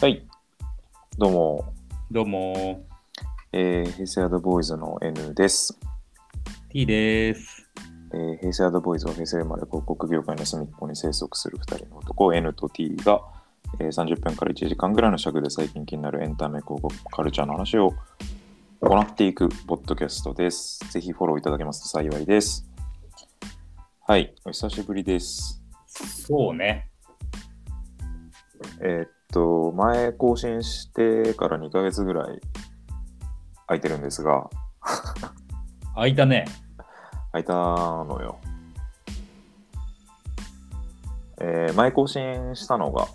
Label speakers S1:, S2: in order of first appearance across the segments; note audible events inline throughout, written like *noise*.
S1: はい。どうも、
S2: どうも、
S1: えー、ヘイセアドボーイズの N です。
S2: T です。
S1: えー、ヘイセアドボーイズは平成生まれ広告業界の隅っこに生息する2人の男、N と T が、えー、30分から1時間ぐらいの尺で最近気になるエンタメ広告カルチャーの話を行っていくポッドキャストです。ぜひフォローいただけますと幸いです。はい、お久しぶりです。
S2: そうね。
S1: えーっと、前更新してから2ヶ月ぐらい空いてるんですが、
S2: 開いたね。
S1: 空いたのよ。えー前更新したのが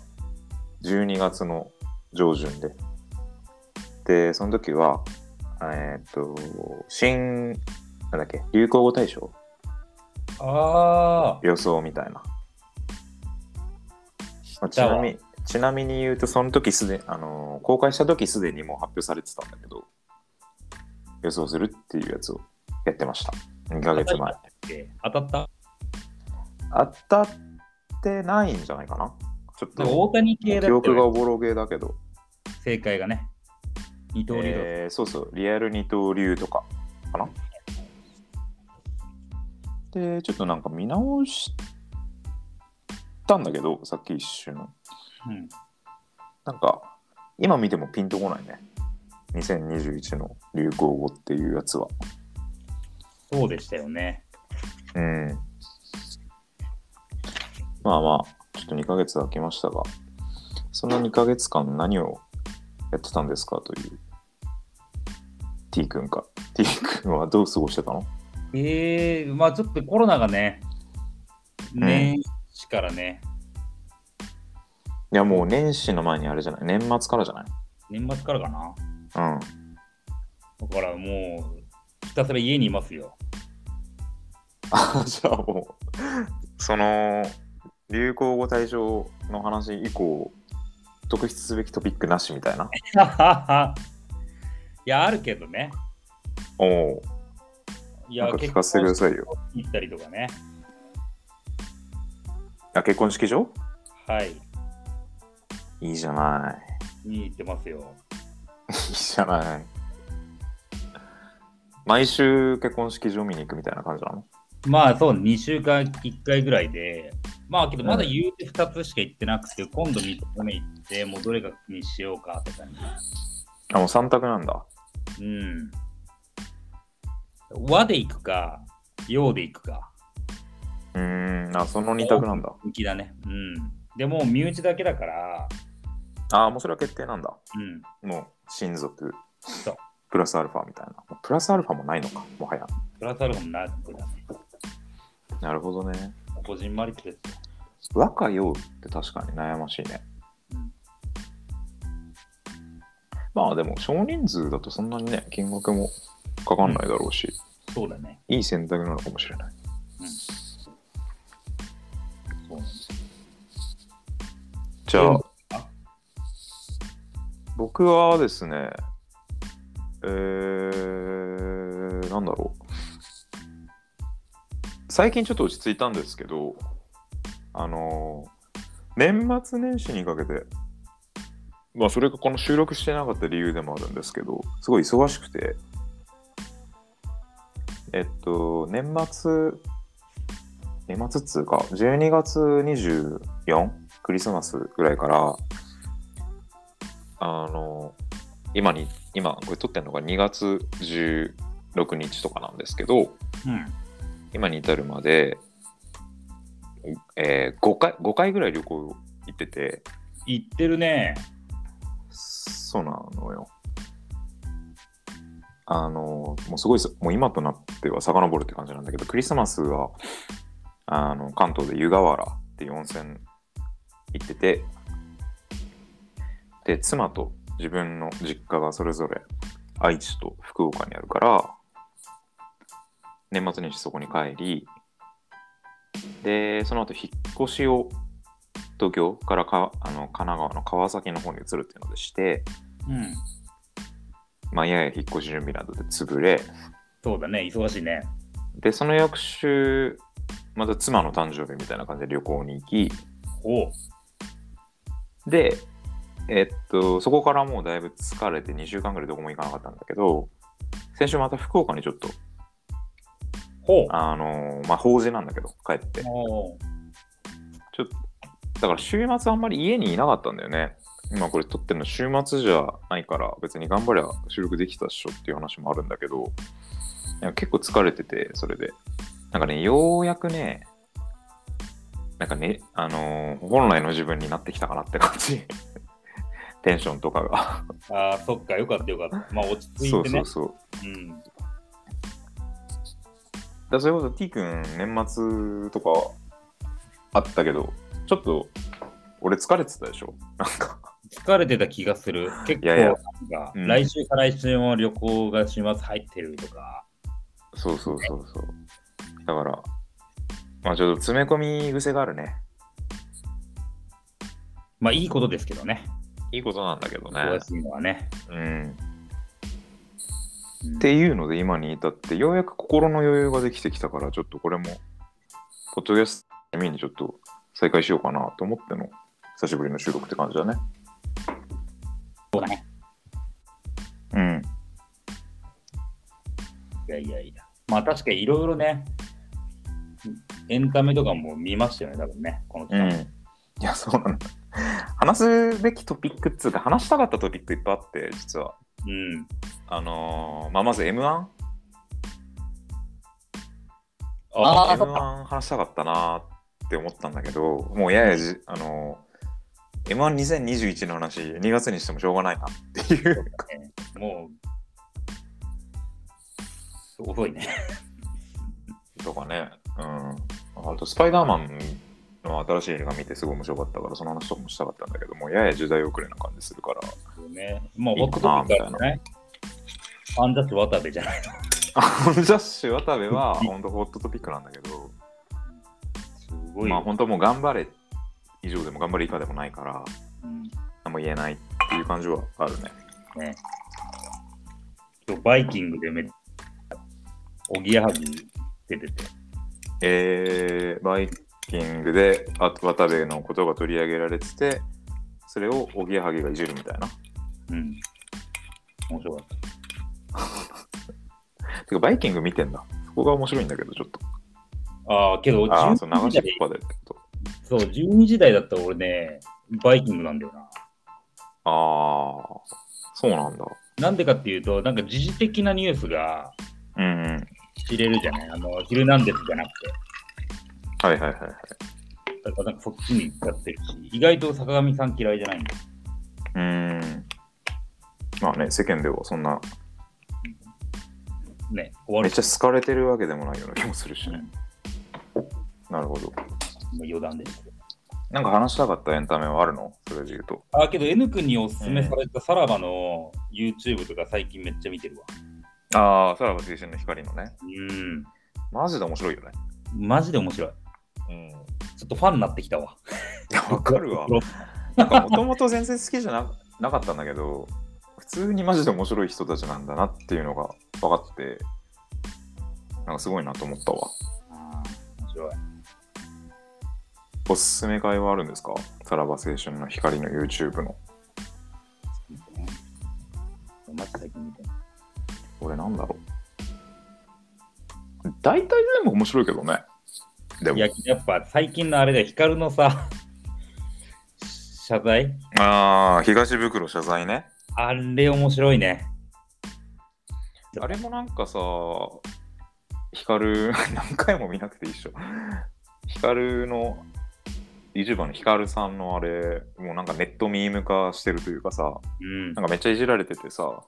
S1: 12月の上旬で。で、その時は、えーっと、新、なんだっけ、流行語大賞
S2: ああ、
S1: 予想みたいな。まあ
S2: し
S1: ち
S2: た
S1: な
S2: わ。
S1: みに、ちなみに言うと、その時すで、あのー公開した時すでにもう発表されてたんだけど、予想するっていうやつをやってました。2ヶ月前。
S2: 当たった。
S1: 当たってないんじゃないかなちょっ
S2: 大
S1: と
S2: 谷系だ
S1: 記
S2: っ
S1: 憶が
S2: た
S1: おぼろげだけど、
S2: 正解がね。二刀流だ、
S1: えーそうそう、リアル二刀流とかかなで、ちょっとなんか見直したんだけど、さっき一瞬。
S2: うん。
S1: なんか、今見てもピンとこないね。2021の流行語っていうやつは。
S2: そうでしたよね。
S1: うん。まあまあ、ちょっと2ヶ月空きましたが、その2ヶ月間何をやってたんですかという。T 君か。T 君はどう過ごしてたの
S2: ええまあちょっとコロナがね、年始からね、
S1: いやもう年始の前にあれじゃない年末からじゃない
S2: 年末からかな。
S1: うん。 *laughs*
S2: だからもう、ひたすら家にいますよ。 *laughs*
S1: あじゃあもう、その、流行語大賞の話以降、特筆すべきトピックなしみたいな。
S2: いや、あるけどね。
S1: おお、
S2: い
S1: な
S2: や
S1: んか、聞かせてくださいよ。
S2: い。行ったりとかね。
S1: あ、結婚式場
S2: はい。
S1: いいじゃない。
S2: に行ってますよ。
S1: いいじゃない。毎週結婚式場見に行くみたいな感じなの
S2: まあそう、2週間1回ぐらいで、まあけどまだ言うて2つしか行ってなくて、今度3つ目行って、もうどれかにしようかって感
S1: あ、もう3択なんだ。
S2: じ。うん。和で行くか、洋で行くか。
S1: うーん、あ、その2択なんだ。
S2: 人気だね。うん。でもう身内だけだから、
S1: あ、もうそれは決定なんだ。
S2: うん。
S1: もう親族
S2: そう。
S1: プラスアルファみたいな。プラスアルファもないのか、もはや。
S2: プラスアルファもなくだね。
S1: なるほどね。
S2: こじんまりってですよ。
S1: 和か洋って確かに悩ましいね。
S2: うん
S1: まあでも少人数だとそんなにね、金額もかかんないだろうし、
S2: そうだね。
S1: いい選択なのかもしれない。
S2: そうなんです
S1: じゃあ
S2: あ、
S1: 僕はですね、えー、なんだろう。最近ちょっと落ち着いたんですけど、あのー年末年始にかけて、まあ、それがこの収録してなかった理由でもあるんですけど、すごい忙しくて、えっと、年末、年末っつうか、12月 24? クリスマスぐらいから、あの、今に、今、これ撮ってるのが2月16日とかなんですけど、
S2: うん。
S1: 今に至るまで、えー、5回、5回ぐらい旅行行ってて、
S2: 行ってるね。
S1: そうなのよ。あの、もうすごいさ、もう今となっては遡るって感じなんだけど、クリスマスは、あの、関東で湯河原っていう温泉行ってて、で、妻と自分の実家がそれぞれ愛知と福岡にあるから、年末年始そこに帰り、で、その後引っ越しを東京からかあの神奈川の川崎の方に移るっていうのでして、
S2: うん。
S1: まあ、やや引っ越し準備などで潰れ、
S2: そうだね。忙しいね。
S1: で、その翌週、また妻の誕生日みたいな感じで旅行に行き、
S2: おう。
S1: で、えっと、そこからもうだいぶ疲れて2週間ぐらいどこも行かなかったんだけど、先週また福岡にちょっと、
S2: ほう。
S1: あのーまあ、法事なんだけど、帰って。
S2: おう
S1: だから週末あんまり家にいなかったんだよね。今これ撮ってるの週末じゃないから別に頑張りゃ収録できたっしょっていう話もあるんだけど、なんか結構疲れてて、それで。なんかね、ようやくね、なんかね、あのー本来の自分になってきたかなって感じ。 *laughs* テンションとかが。
S2: ああ、そっか、よかったよかった。まあ、落ち着
S1: そ
S2: いうて
S1: そ
S2: ね
S1: う。そう。
S2: うん。
S1: だそれこそ T 君年末とかあったけどちょっと俺疲れてたでしょなんか
S2: 疲れてた気がする。結構、
S1: いやいや
S2: なんか
S1: うん
S2: 来週再来週も旅行が週末入ってるとか。
S1: そうそうそうそうだからまあちょっと詰め込み癖があるね
S2: まあ、いいことですけどね。
S1: いいことなんだけど
S2: お休みのはね。
S1: うん
S2: うん
S1: っていうので今に至ってようやく心の余裕ができてきたからちょっとこれもポッドキャストのためにちょっと再開しようかなと思っての久しぶりの収録って感じだね
S2: そうだね。
S1: うん
S2: いやいやいや。まあ、確かにいろいろね、エンタメとかも見ましたよね、多分ね。この期
S1: う
S2: 間。
S1: ん。いや、そうなんだ。話すべきトピックっつうか、話したかったトピックいっぱいあって、実は。
S2: うん。
S1: あのーまあ、まず M1?M1
S2: ああ、そっか。
S1: 話したかったなーって思ったんだけど、もうややじ、あのー、M12021 の話、2月にしてもしょうがないなっていう。
S2: もう、すご
S1: *laughs*
S2: いね。
S1: とかね。うん。あと、スパイダーマンの新しい映画見てすごい面白かったから、その話とかもしたかったんだけど、もうやや時代遅れな感じするから。
S2: ねもう、
S1: いい
S2: ホッ
S1: か
S2: ト
S1: な
S2: トピックあるんじゃないアンジャッシュ渡部じゃないの。
S1: あのジャッシュ渡部
S2: *laughs*
S1: は、ほんとホットトピックなんだけど、
S2: すごい。
S1: まあ本当はもう頑張れ以上でも頑張れ以下でもないから
S2: うん
S1: 何も言えないっていう感じはあるね。
S2: ね、今日、バイキングでめ、おぎやはぎ出てて、
S1: えー、バイキングであ渡部のことが取り上げられててそれをおぎやはぎがいじるみたいな。
S2: うん。面白かって
S1: かバイキング見てんだ。そこが面白いんだけどちょっと。
S2: た。ああ、けど、
S1: ああ、そう
S2: 12
S1: 流し
S2: 時
S1: っぱでってこと。
S2: そう、12時台だったら俺ね、バイキングなんだよな。
S1: ああ、そうなんだ。
S2: なんでかっていうと、なんか時事的なニュースが
S1: うんうん。
S2: 知れるじゃないあの、ヒルナンデスじゃなく
S1: はいはいはいはい。
S2: て。だからなんかそっちに使ってるし、意外と坂上さん嫌いじゃないんだよ。
S1: うーん。まあね、世間ではそんな
S2: ね、終わ
S1: め
S2: る
S1: っちゃ好かれてるわけでもないような気もするし
S2: う
S1: ね
S2: ん。
S1: なるほど。
S2: もう余談です。
S1: なんか話したかったエンタメはあるのそれで言うと。
S2: あー、けど N 君におすすめされたさらばの YouTube とか最近めっちゃ見てるわ。
S1: ああ、さらば青春の光のね。
S2: うん。
S1: マジで面白いよね。
S2: マジで面白い。
S1: うん。い
S2: ちょっとファンになってきたわ。。
S1: や、 *laughs* わかるわなんかもともと全然好きじゃな *laughs* なかったんだけど、普通にマジで面白い人たちなんだなっていうのが分かって、なんかすごいなと思ったわ。
S2: あー面白い。
S1: おすすめ会はあるんですかさらば青春の光の YouTube の。
S2: 見てねマジ最近見てる。
S1: 俺なんだろう。大体でも面白いけどね。で
S2: い
S1: も
S2: や、。やっぱ最近のあれだよ、ヒカルのさ、謝罪
S1: ああ、東袋謝罪ね。
S2: あれ面白いね。
S1: あれもなんかさ、ヒカル、 *laughs* 何回も見なくて一緒。ヒカルの、YouTuber のヒカルさんのあれ、もうなんかネットミーム化してるというかさ、
S2: うん。
S1: なんかめっちゃいじられててさ、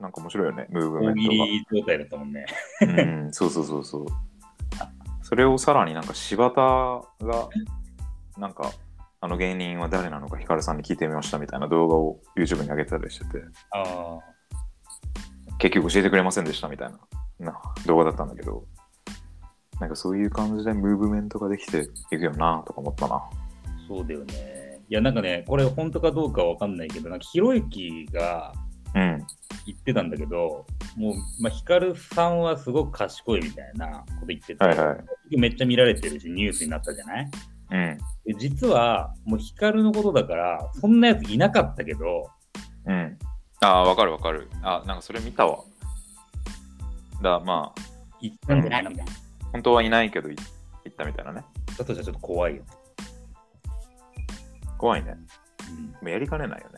S1: なんか面白いよね、ムーブメ
S2: 大喜
S1: ン
S2: 利状態だったもんね。
S1: トが。うん、そうそうそうそう。それをさらになんか柴田が、なんか、あの芸人は誰なのかヒカルさんに聞いてみましたみたいな動画を YouTube に上げてたりしてて、
S2: ああ。
S1: 結局教えてくれませんでしたみたいなな動画だったんだけど、なんかそういう感じでムーブメントができていくよなとか思ったな。
S2: そうだよね。いや、なんかね、これ本当かどうかわかんないけど、なんかひろゆきが
S1: うん。
S2: 言ってたんだけど、もう、まあ、ヒカルさんはすごく賢いみたいなこと言ってて、
S1: はいはい。
S2: めっちゃ見られてるし、ニュースになったじゃない
S1: うん。
S2: で実は、もうヒカルのことだから、そんなやついなかったけど、
S1: うん。ああ、わかるわかる。あなんかそれ見たわ。だまあ、
S2: 行ったんじゃないのみたいな。
S1: 本当はいないけどい行ったみたいなね。
S2: だとじゃちょっと怖いよ。
S1: 怖いね。
S2: うん
S1: もうやりかねないよね。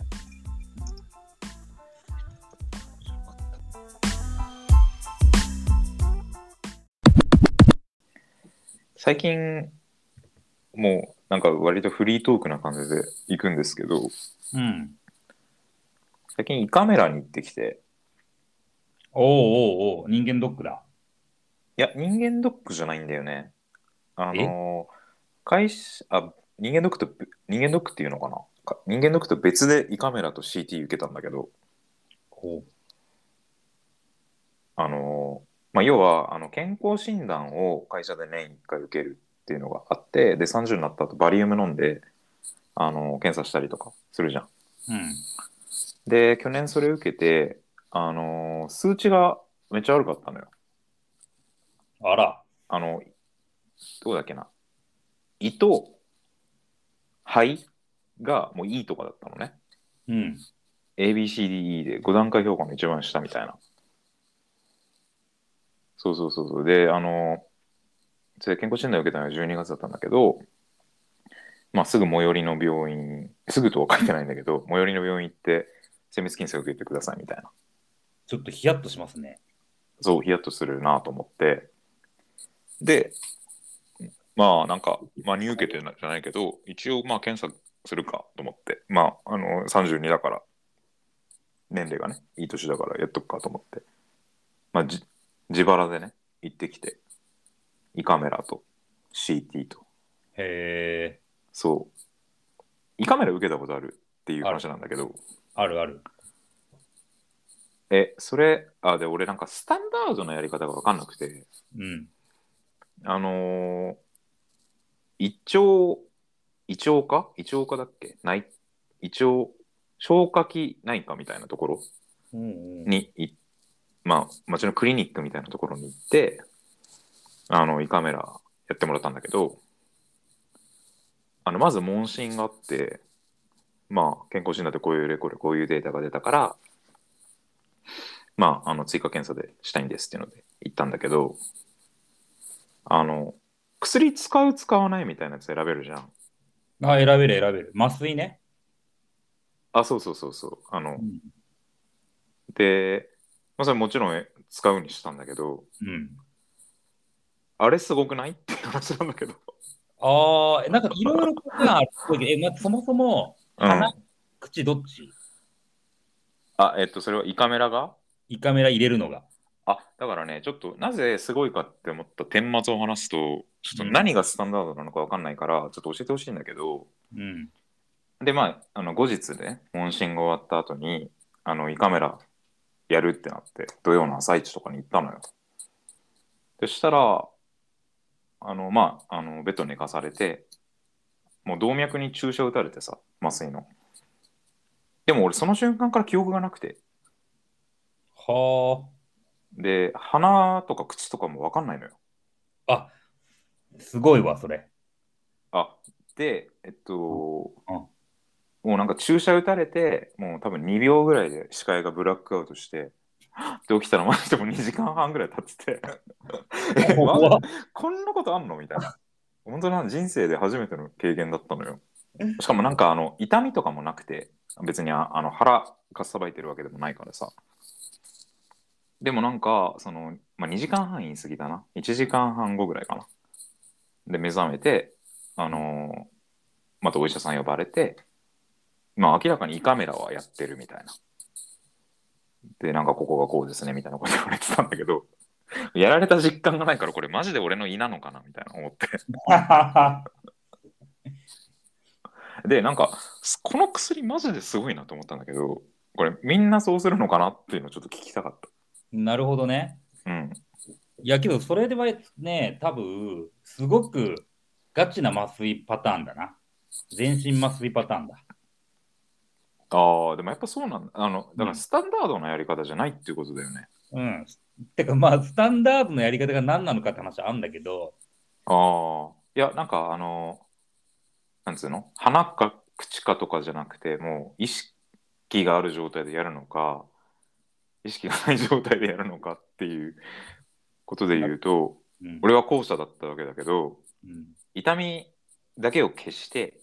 S1: 最近、もうなんか割とフリートークな感じで行くんですけど、
S2: うん。
S1: 最近胃カメラに行ってきて、
S2: おうおうおう、人間ドックだ。
S1: いや、人間ドックじゃないんだよね。あの、会社、あ、人間ドックと、人間ドックっていうのかなか人間ドックと別で胃カメラと CT 受けたんだけど、
S2: こ
S1: あのまあ、要はあの健康診断を会社で年1回受けるっていうのがあってで30になった後バリウム飲んで、あの検査したりとかするじゃん。
S2: う。うん。
S1: で去年それ受けて、あの数値がめっちゃ悪かったのよ。
S2: あら。
S1: あのどうだっけな胃と肺がもういいとかだったのね。
S2: うん。
S1: ABCDE で5段階評価の一番下みたいな。そうそうそうそう。で、あの、それ健康診断を受けたのが12月だったんだけど、まあ、すぐ最寄りの病院、すぐとは書いてないんだけど、最寄りの病院行って、精密検査を受けてくださいみたいな。
S2: ちょっとヒヤッとしますね。
S1: そう、ヒヤッとするなと思って。で、まあ、なんか、真に受けてなじゃないけど、一応、まあ、検査するかと思って。まあ、あの、32だから、年齢がね、いい年だからやっとくかと思って。まあ、じ自腹でね、行ってきて、胃カメラと CT と。
S2: へえ。
S1: そう。胃カメラ受けたことあるっていう話なんだけど、
S2: あるある。
S1: え、それ、あ、で、俺なんかスタンダードのやり方がわかんなくて、
S2: うん。
S1: あのー、胃腸、胃腸科胃腸科だっけない胃腸、消化器内科みたいなところ
S2: うんうん、
S1: にい、まあ、町のクリニックみたいなところに行って、あの、胃カメラやってもらったんだけど、あの、まず問診があって、まあ、健康診断でこういうレコード、こういうデータが出たから、まあ、あの、追加検査でしたいんですっていうので行ったんだけど、あの、薬使う、使わないみたいなやつ選べるじゃん。
S2: あ、選べる選べる。麻酔ね。
S1: あ、そうそうそうそう。あの
S2: う、ん。
S1: で、まあ、それもちろんえ使うにしたんだけど、
S2: うん、
S1: あれすごくないっていう話なんだけど。
S2: ああ、なんかいろいろことがあるっぽいけどえ、まあ、そもそも鼻口どっち
S1: あ、えっと、それは胃カメラが
S2: 胃カメラ入れるのが。
S1: あ、だからね、ちょっとなぜすごいかって思った顛末を話すと、ちょっと何がスタンダードなのかわかんないから、ちょっと教えてほしいんだけど、
S2: うん。
S1: で、まあ、あの後日ね、問診が終わった後に、あの胃カメラやるってなって、土曜の朝一とかに行ったのよ。そしたら、あの、まあ、あのベッドに寝かされて、もう動脈に注射打たれてさ、麻酔の。でも俺、その瞬間から記憶がなくて、
S2: は
S1: で、鼻とか口とかも分かんないのよ。
S2: あ。あ、すごいわ、それ。
S1: あ、で、えっと、
S2: うん
S1: もうなんか注射打たれて、もう多分2秒ぐらいで視界がブラックアウトして、で起きたらまだでも2時間半ぐらい経ってて、え
S2: *laughs* 怖
S1: まこんなことあんのみたいな。本当な人生で初めての経験だったのよ。しかもなんかあの痛みとかもなくて、別にああの腹かっさばいてるわけでもないからさ。でもなんか、その、まあ、2時間半言い過ぎたな。1時間半後ぐらいかな。で、目覚めて、あのーまたお医者さん呼ばれて、まあ明らかに胃カメラはやってるみたいな。で、なんかここがこうですね、みたいなこと言われてたんだけど、やられた実感がないから、これマジで俺の胃なのかなみたいな思って。で、なんか、すこの薬マジですごいなと思ったんだけど、これみんなそうするのかなっていうのをちょっと聞きたかっ
S2: *laughs* なるほどね。
S1: た。うん。
S2: いや、けどそれではね、多分、すごくガチな麻酔パターンだな。全身麻酔パターンだ。
S1: ああ、でもやっぱそうなんだ。あの、だか
S2: うん
S1: らスタンダードなやり方じゃないっていうことだよね。
S2: うん。てか、まあ、スタンダードのやり方が何なのかって話はあるんだけど、
S1: ああ。いや、なんかあの、なんつうの鼻か口かとかじゃなくてもう意識がある状態でやるのか意識がない状態でやるのかっていうことで言うと
S2: うん
S1: 俺は後者だったわけだけど
S2: うん
S1: 痛みだけを消して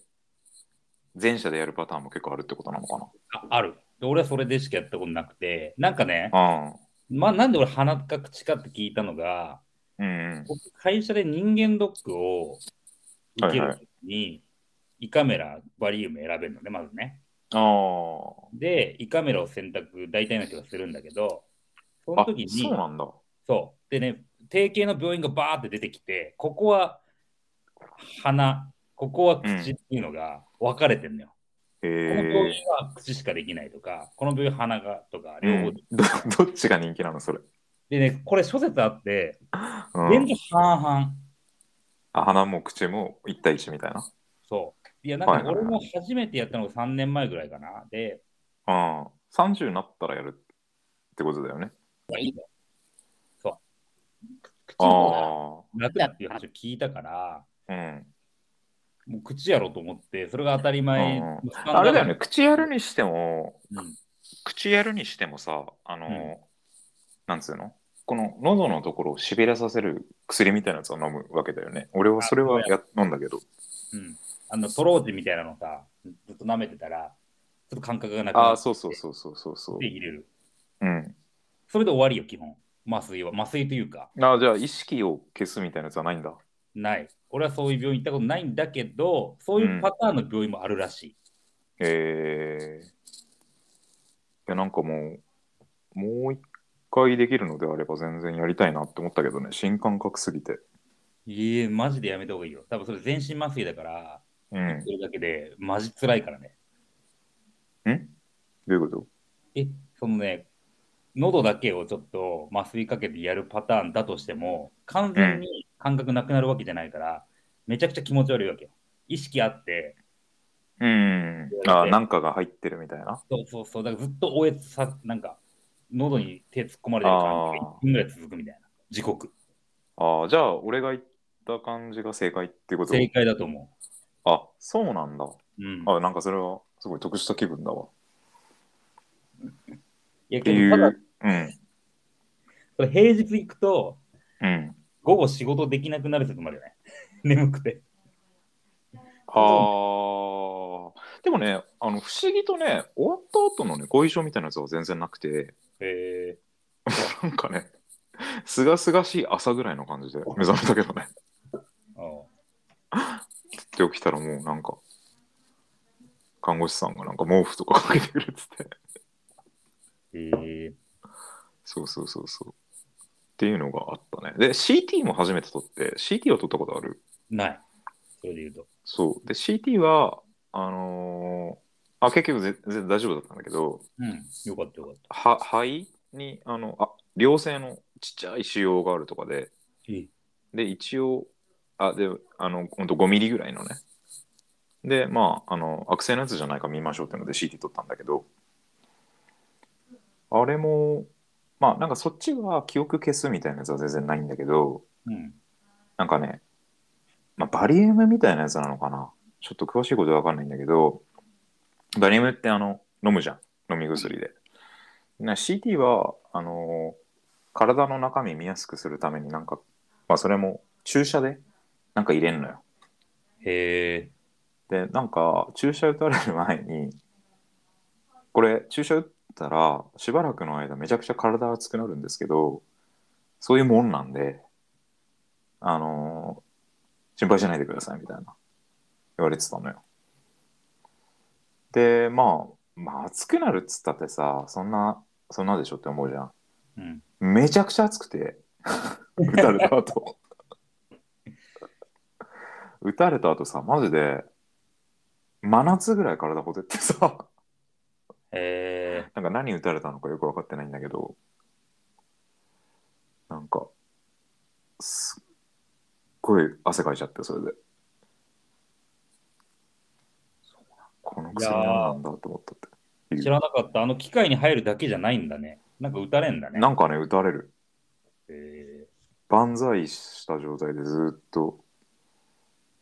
S1: 前者でやるパターンも結構あるってことなのか
S2: あある。で俺はそれでしかやったことなくて、なんかね、
S1: な
S2: まあ、なんで俺鼻か口かって聞いたのが、
S1: うんうん
S2: 僕会社で人間ドックを受けるときに、胃カメラ、バリウム選べるのね、まずね。
S1: あー
S2: で、胃カメラを選択、大体の人がするんだけど、その
S1: あ
S2: 時に、
S1: そうなんだ
S2: そう。でね、定型の病院がバーって出てきて、ここは鼻、ここは口っていうのが分かれてるのよ。
S1: へ
S2: この病
S1: え
S2: 院は口しかできないとか、この病院鼻がとか、
S1: う
S2: 両方
S1: ん
S2: で。
S1: どど *laughs* っちが人気なのそれ、
S2: でね、これ諸説あって、
S1: う
S2: 全
S1: ん、
S2: 部半々。
S1: あ鼻も口も1対1みたいな
S2: そう。いや、なんかね
S1: はいは
S2: 俺
S1: いはい
S2: も初めてやったのが3年前ぐらいかな。で、
S1: うん、30になったらやるってことだよね。
S2: 口
S1: ああ
S2: の方が楽だっていう話を聞いたから、
S1: ー、うん。
S2: もう口やろうと思って、それが当たり前
S1: うん
S2: のスタンダード
S1: あれだよね、口やるにしても、
S2: うん
S1: 口やるにしてもさ、あのー、
S2: うん
S1: なんつうのこの喉のところをしびれさせる薬みたいなやつを飲むわけだよね。俺はそれはや飲んだけど。
S2: うん。あの、トローチみたいなのさ、ずっと舐めてたら、ちょっと感覚がなく
S1: あ
S2: な
S1: あ、
S2: って
S1: そうそうそうそうそうそう。
S2: 入れる。
S1: うん。
S2: それで終わりよ、基本。麻酔は。麻酔というか、
S1: ああ、じゃあ意識を消すみたいなやつはないんだ。
S2: ない。俺はそういう病院行ったことないんだけど、そういうパターンの病院もあるらしい。
S1: えー、いや、なんかもう、もう一回できるのであれば全然やりたいなって思ったけどね、新感覚すぎて。
S2: いえ、マジでやめた方がいいよ。多分それ全身麻酔だから、
S1: うん
S2: そ。れだけで、マジ辛いからね。
S1: んどういうこ
S2: え、そのね、喉だけをちょっと麻酔かけてやるパターンだとしても、完全に感覚なくなるわけじゃないから、めちゃくちゃ気持ち悪いわけよ。意識あって、
S1: とうん。あなんかが入ってるみたいな。
S2: そうそうそう、だからずっとおえつさ、なんか、喉に手突っ込まれてる感じが
S1: あー
S2: 1分ぐらい続くみたいな。時刻。
S1: ああ、じゃあ、俺が言った感じが正解ってこと
S2: 正解だと思
S1: あ、そうなんだ。
S2: う。うん。
S1: あ、なんかそれは、すごい得した気分だわ。
S2: いや、
S1: って
S2: け
S1: い
S2: ど、ただ、
S1: う。うん。
S2: それ平日行くと、
S1: うん。
S2: 午後仕事できなくなる説もあるよね。 *laughs* 眠くて。
S1: ああ。でもね、あの、不思議とね、終わった後のね、後遺症みたいなやつは全然なくて、
S2: え
S1: なんかね、すがすがしい朝ぐらいの感じで目覚めたけどね。
S2: ー、あ
S1: って起きたらもうなんか、看護師さんがなんか毛布とかかけてくれてて。
S2: ーえー、
S1: そうそうそうそう。っていうのがあったね。で、CT も初めて撮って、CT を撮ったことある。
S2: ない。それで言うと。
S1: そう。で、CT は、あのーあ、結局ぜ全然大丈夫だったんだけど、
S2: うん。よかったよかった。
S1: は肺に、あの、あ、良性のちっちゃい腫瘍があるとかで、
S2: えー
S1: で、一応、あ、で、あの、ほんと5ミリぐらいのね。で、まあ、あの、悪性のやつじゃないか見ましょうっていうので CT 撮ったんだけど、あれも、まあ、なんかそっちは記憶消すみたいなやつは全然ないんだけど、
S2: うん。
S1: なんかね、まあ、バリウムみたいなやつなのかな。ちょっと詳しいことはわかんないんだけど、バリウムってあの、飲むじゃん。飲み薬で。な CT は、あのー体の中身見やすくするためになんか、まあそれも注射でなんか入れんのよ。
S2: へえ
S1: で、なんか注射打たれる前に、これ注射打ったらしばらくの間めちゃくちゃ体熱くなるんですけど、そういうもんなんで、あのー心配しないでくださいみたいな言われてたのよ。で、まあ、まあ熱くなるっつったってさ、そんな、そんなでしょって思うじゃん。
S2: ー。うん。
S1: めちゃくちゃ熱くて、打たれた後。打たれた後さ、マジで、真夏ぐらい体ほてってさ、 *laughs*
S2: え
S1: なんか何打たれたのかよく分かってないんだけど、なんか、すっごい汗かいちゃって、それで。この薬何なんだと思ったって。
S2: ー、知らなかった。あの機械に入るだけじゃないんだね。なんか打たれんだね。
S1: なんかね、打たれる。
S2: え
S1: 万歳した状態でずっと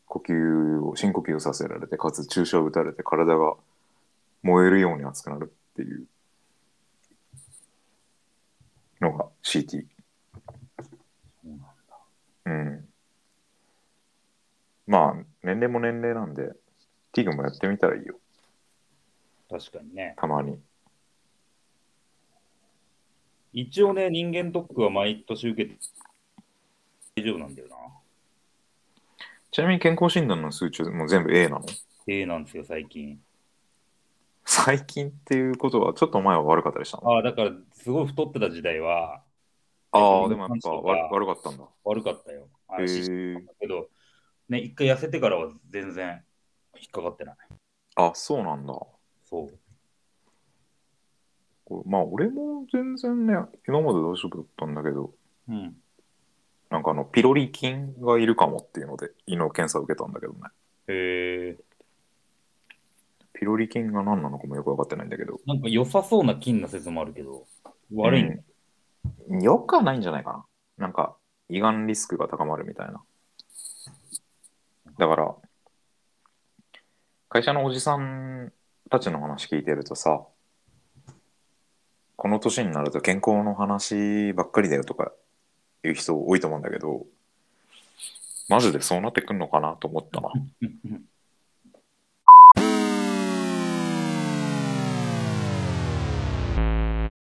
S1: 呼吸を、深呼吸をさせられて、かつ注射を打たれて、体が燃えるように熱くなるっていうのが CT。
S2: そうなんだ
S1: うん。まあ、年齢も年齢なんで、ティグもやってみたらいいよ、
S2: 確かにね。
S1: たまに。
S2: 一応ね、人間ドックは毎年受けて大丈夫なんだよな。
S1: ちなみに健康診断の数値も全部 A なの
S2: ええなんですよ、最近。
S1: 最近っていうことは、ちょっと前は悪かったでしたの
S2: ああ、だから、すごい太ってた時代は
S1: あ
S2: あ
S1: あ、でもやっぱ悪悪かったんだ。
S2: 悪かったよ。あ
S1: へ
S2: 脂質
S1: え。
S2: だけど、ね、一回痩せてからは全然引っかかってない。
S1: あ、そうなんだ。
S2: そう。
S1: こうまあ、俺も全然ね、今まで大丈夫だったんだけど、
S2: うん。
S1: なんかあの、ピロリ菌がいるかもっていうので、胃の検査を受けたんだけどね。
S2: へえ。
S1: ピロリ菌が何なのかもよく分かってないんだけど、
S2: なんか良さそうな菌の説もあるけど、悪いんだ、
S1: うんよくはないんじゃないかな。なんか、胃がんリスクが高まるみたいな。だから、会社のおじさんたちの話聞いてるとさ、この年になると健康の話ばっかりだよとかいう人多いと思うんだけど、マジでそうなってくんのかなと思ったな。
S2: うんうん